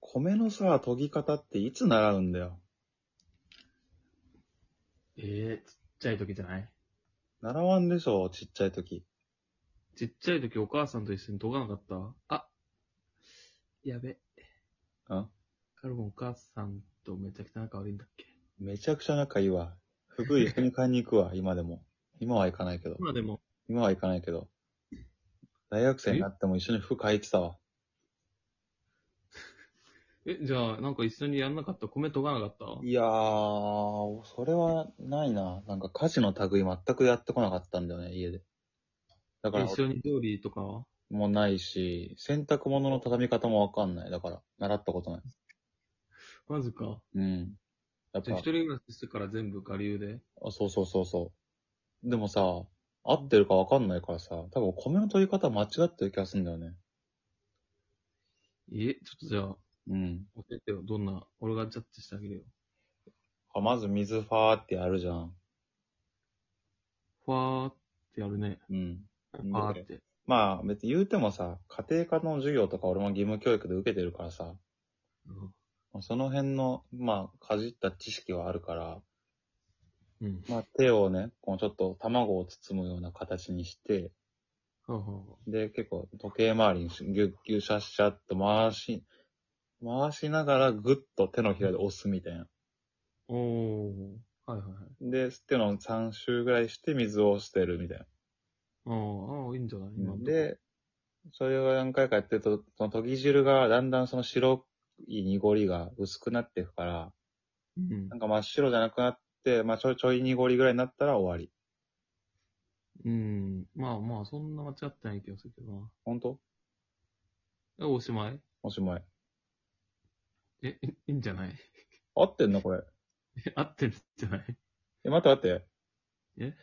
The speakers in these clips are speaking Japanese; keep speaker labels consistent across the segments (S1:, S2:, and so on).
S1: 米のさ、研ぎ方っていつ習うんだよ。
S2: ええちっちゃい時じゃない
S1: 習わんでしょ、ちっちゃい時。
S2: ちっちゃい時お母さんと一緒に研がなかったあ、やべ。
S1: ん
S2: カルボンお母さんとめちゃくちゃ仲悪いんだっけ
S1: めちゃくちゃ仲いいわ。服一緒に買いに行く わ、今でも。今は行かないけど。
S2: 今でも、
S1: 今は行かないけど。大学生になっても一緒に服買いに行ってたわ。
S2: え、じゃあなんか一緒にやんなかった米研がなかった
S1: いやー、それはないな。なんか家事の類全くやってこなかったんだよね、家で。だから、
S2: 一緒に料理とかは
S1: もうないし、洗濯物の畳み方もわかんない。だから、習ったことない。
S2: マジか。
S1: うん。やっ
S2: じゃ
S1: ぱ
S2: あ一、人暮らししてから全部下流で。
S1: あそうそうそうそう。でもさ、合ってるかわかんないからさ、多分米の取り方間違ってる気がするんだよね。
S2: え、ちょっとじゃあ、
S1: うん。
S2: 教えてよ。どんな、俺がジャッジしてあげるよ。
S1: あまず水ファーってやるじゃん。
S2: ファーってやるね。
S1: うん。
S2: ファーって。
S1: まあ別に言うてもさ、家庭科の授業とか俺も義務教育で受けてるからさ、その辺の、まあ、かじった知識はあるから、
S2: うん。
S1: まあ手をね、こうちょっと卵を包むような形にして、
S2: はあはあ
S1: で、結構時計回りにしぎゅっぎゅしゃっしゃっと回し、回しながらぐっと手のひらで押すみたいな。
S2: おー。はいはいはい。
S1: で、っていうのを3周ぐらいして水を捨てるみたいな。
S2: ああ、ああ、いいんじゃない今のとこ、
S1: で、それを何回かやってると、その研ぎ汁がだんだんその白い濁りが薄くなっていくから、
S2: うん
S1: な。んか真っ白じゃなくなって、まあちょいちょい濁りぐらいになったら終わり。
S2: うん。まあまあ、そんな間違ってない気がするけどな。
S1: ほんと
S2: え、おしまい
S1: おしまい。
S2: え、いいいんじゃない
S1: 合ってんのこれ。
S2: え合ってるんじゃない
S1: え、待って待って。
S2: え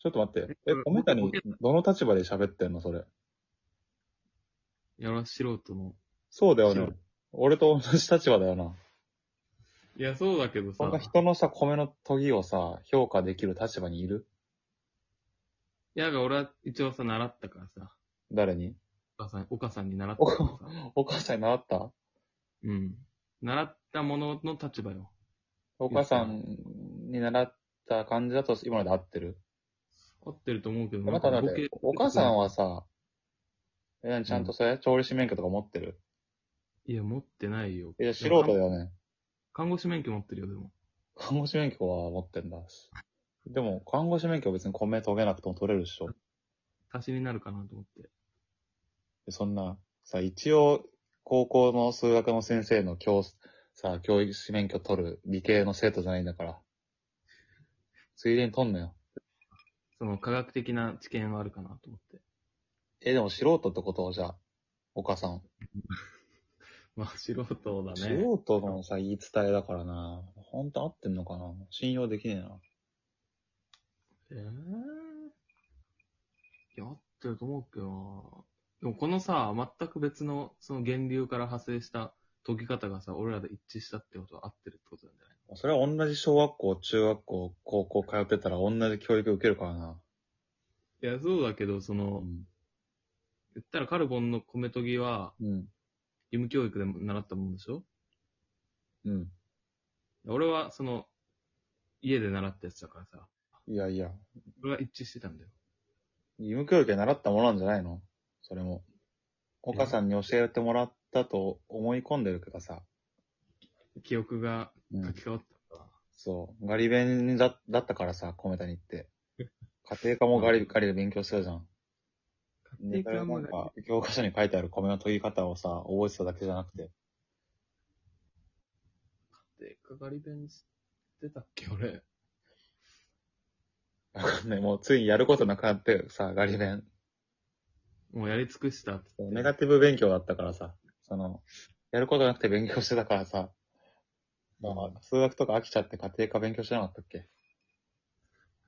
S1: ちょっと待って。え
S2: え、
S1: 米谷、どの立場で喋ってんのそれ。
S2: いやら素人の。
S1: そうだよね
S2: そう。
S1: 俺と同じ立場だよな。
S2: いや、そうだけど
S1: そんな。
S2: さ
S1: 人のさ、米の研ぎをさ、評価できる立場にいる
S2: いや、だから俺は一応さ、習ったからさ。
S1: 誰に
S2: お母さん、お母さんに習ったからさ。
S1: お母さんに習った
S2: うん。習ったものの立場よ。
S1: お母さんに習った感じだと今まで合ってる。
S2: 合ってると思うけど、
S1: まただっ
S2: なんか
S1: て
S2: ボケ、
S1: お母さんはさ、え、何ちゃんとそれ、調理師免許とか持ってる
S2: いや、持ってないよ。
S1: え、素人だよね。
S2: 看護師免許持ってるよ、でも。
S1: 看護師免許は持ってんだ。でも、看護師免許は別に米研げなくても取れるっしょ。
S2: 足しになるかなと思って。
S1: そんな、さ、一応、高校の数学の先生の教、さ、教育士免許取る理系の生徒じゃないんだから。ついでに取んのよ。
S2: その科学的な知見はあるかなと思って。
S1: え、でも素人ってことじゃあ、お母さん。
S2: まあ、素人だね。
S1: 素人のさ、言い伝えだからな。ほんと合ってんのかな信用できねえな。
S2: ええいや、合ってると思うけどな。でもこのさ、全く別のその源流から派生した解き方がさ、俺らで一致したってことは合ってるってことなんじゃない
S1: それは同じ小学校、中学校、高校通ってたら同じ教育受けるからな。
S2: いや、そうだけど、そうの、
S1: ん。
S2: 言ったらカルボンの米研ぎは、
S1: うん。
S2: 義務教育でも習ったもんでしょ
S1: うん。
S2: 俺は、その、家で習ったやつだからさ、
S1: いやいや、
S2: 俺は一致してたんだよ。
S1: 義務教育で習ったものなんじゃないのそれも。お母さんに教えてもらったと思い込んでるからさ。
S2: 記憶が
S1: う
S2: 書
S1: ん。
S2: き換わったから。
S1: そう。ガリ勉だだったからさ、米谷 って。家庭科もガリガリで勉強してたじゃん。
S2: 家
S1: で、それ
S2: 庭科
S1: な
S2: も
S1: ん
S2: ね
S1: か、教科書に書いてある米の研ぎ方をさ、覚えてただけじゃなくて。
S2: 家庭科ガリ弁してたっけ、俺。
S1: わかんない。もうついにやることなくなってさ、ガリ勉。
S2: もうやり尽くしたっつって。
S1: ネガティブ勉強だったからさ、その、やることなくて勉強してたからさ、まあ、数学とか飽きちゃって家庭科勉強してなかったっけ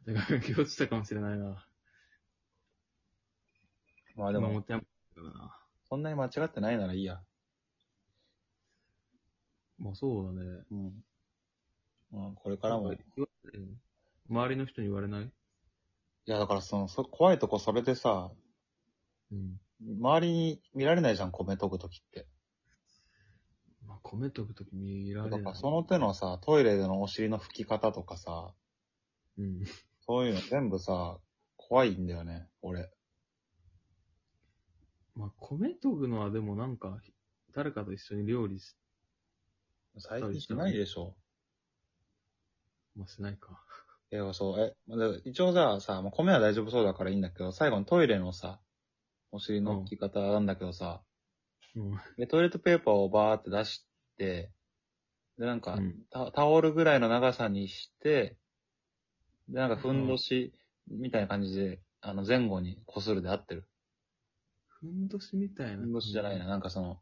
S2: だから気落ちたかもしれないな。
S1: まあ
S2: あ
S1: で
S2: でも
S1: も
S2: 持、て余ったからな。
S1: そんなに間違ってないならいいや。
S2: まあそうだね。
S1: うん。まあ、これからも。い
S2: 周りの人に言われない
S1: や、だからその、そ怖いとこそれでさ、
S2: うん。
S1: 周りに見られないじゃん、米研ぐときって。
S2: まあ、米研ぐとき見られ
S1: と
S2: る。
S1: か、その手のさ、トイレでのお尻の拭き方とかさ、
S2: うん。
S1: そういうの全部さ、怖いんだよね、俺。
S2: まあ、米研ぐのはでもなんか、誰かと一緒に料理し、
S1: 最近しないでしょ。
S2: まあ、しないか。
S1: いや、そう、え、まだ一応じゃあさ、まあ、米は大丈夫そうだからいいんだけど、最後のトイレのさ、お尻の拭き方なんだけどさ、
S2: うん。
S1: で、トイレットペーパーをバーって出して、で、なんか、
S2: うん
S1: タタオルぐらいの長さにして、で、なんか、ふんどしみたいな感じで、あの、前後に擦るで合ってる。
S2: ふんどしみたいな。
S1: ふんどしじゃないな、。なんかその、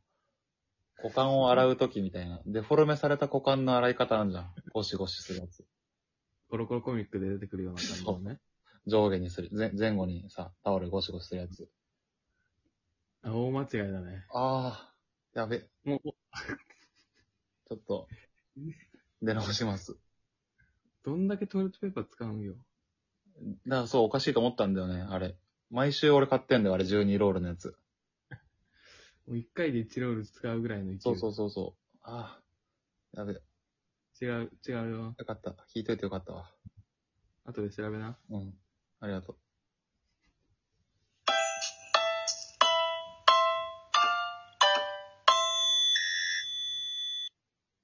S1: 股間を洗うときみたいな。デフォルメされた股間の洗い方あるじゃん。ゴシゴシするやつ。
S2: コロコロコミックで出てくるような感じのね。
S1: 上下にする。前前後にさ、タオルゴシゴシするやつ。
S2: あ、大間違いだね。
S1: あー、やべ。ち
S2: もう、
S1: ょっと、出直します。
S2: どんだけトイレットペーパー使うんよ。
S1: だからそう、おかしいと思ったんだよね、あれ。毎週俺買ってんだよ、あれ、12ロールのやつ。
S2: もう一回で1ロール使うぐらいの勢い。
S1: そうそうそうそう。ああ。やべ、よ
S2: 違う、違うよ。
S1: かった。聞いといてよかったわ。
S2: 後で調べな。
S1: うん。ありがとう。